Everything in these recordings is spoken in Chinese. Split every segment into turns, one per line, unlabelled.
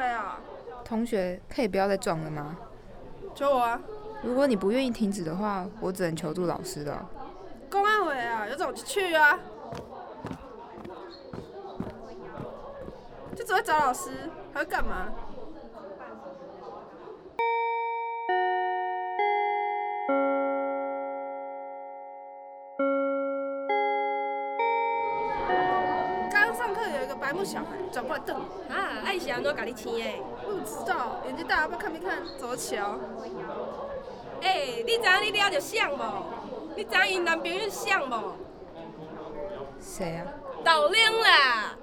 啊
同学可以不要再撞了吗？
求我啊！
如果你不愿意停止的话，我只能求助老师了。
公安委啊，有种就去啊！就只会找老师，还会干嘛？刚上课有一个白目小孩转过来瞪我，
啊，爱是安怎甲你生诶？
我不知道眼睛大要不要看没看，走哦桥。
诶、欸你知影你了着谁无？你知影因男朋友是谁无？
谁啊？
豆奶啦，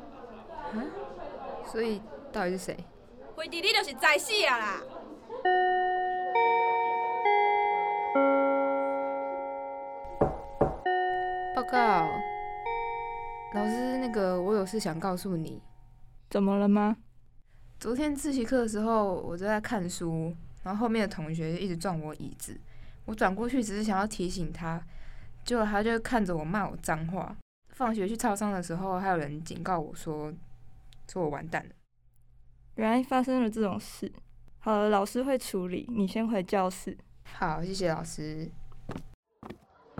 所以到底是谁？
回弟你就是知死啊啦！
报告，老师，那个我有事想告诉你。
怎么了吗？
昨天自习课的时候，我就在看书，然后后面的同学就一直撞我椅子。我转过去只是想要提醒他，结果他就看着我骂我脏话。放学去超商的时候，还有人警告我说，说我完蛋了。
原来发生了这种事。好了，老师会处理，你先回教室。
好，谢谢老师。
啊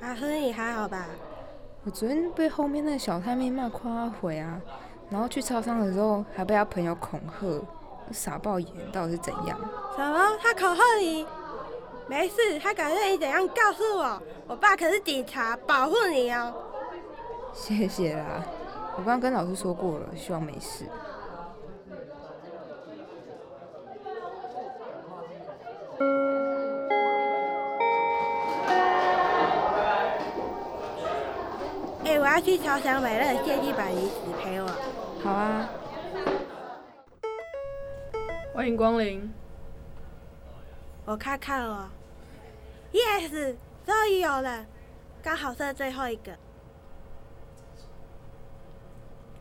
阿亨也还好吧？
我昨天被后面那个小太妹骂夸回啊，然后去超商的时候还被他朋友恐吓，傻爆眼，到底是怎样？
什么？他恐吓你？没事，他敢愿意怎样告诉我？我爸可是警察，保护你哦。
谢谢啦，我刚刚跟老师说过了，希望没事。
哎、我要去超商买那个限定版零食陪我。
好啊，
欢迎光临。
我看看哦。Yes，终于有了，刚好剩最后一个。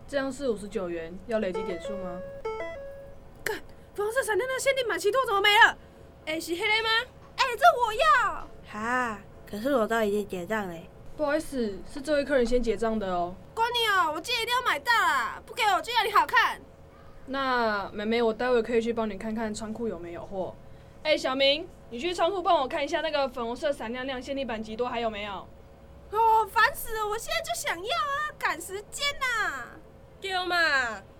这样是五十九元，要累积点数吗？
粉红色闪电的限定版奇兔怎么没了？
诶、是迄个吗？
哎、这我要！
啊，可是我都已经结账了。欸
不好意思，是这位客人先结账的哦。
关你哦！我今天一定要买到啦，不给我就要你好看。
那妹妹，我待会可以去帮你看看仓库有没有货。哎、小明，你去仓库帮我看一下那个粉红色闪亮亮限定版极多还有没有？
哦，烦死了！我现在就想要啊，赶时间呐、
对嘛，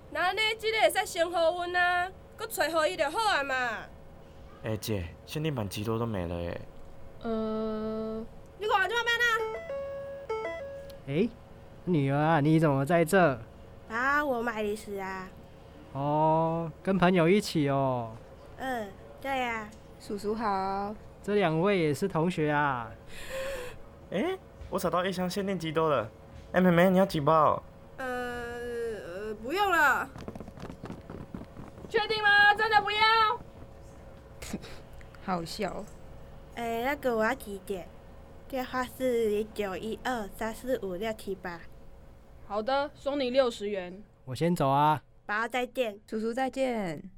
那安尼即个会使先互阮啊，搁找互伊就好啊嘛。
哎、姐，限定版极多都没了耶！
呃，
你管我这么慢啊？
诶，哎女儿啊，你怎么在这？
啊，我买零食啊。
哦，跟朋友一起哦。
嗯，对呀、
叔叔好，
这两位也是同学啊。
哎、我找到一箱限定极多了。哎、妹妹，你要几包？
呃呃，不用了。
确定吗？真的不要？
好笑哦。
哎，那个我要几点？电话是零九一二三四五六七八。
好的，收你六十元。
我先走啊。
爸，再见。
叔叔再见。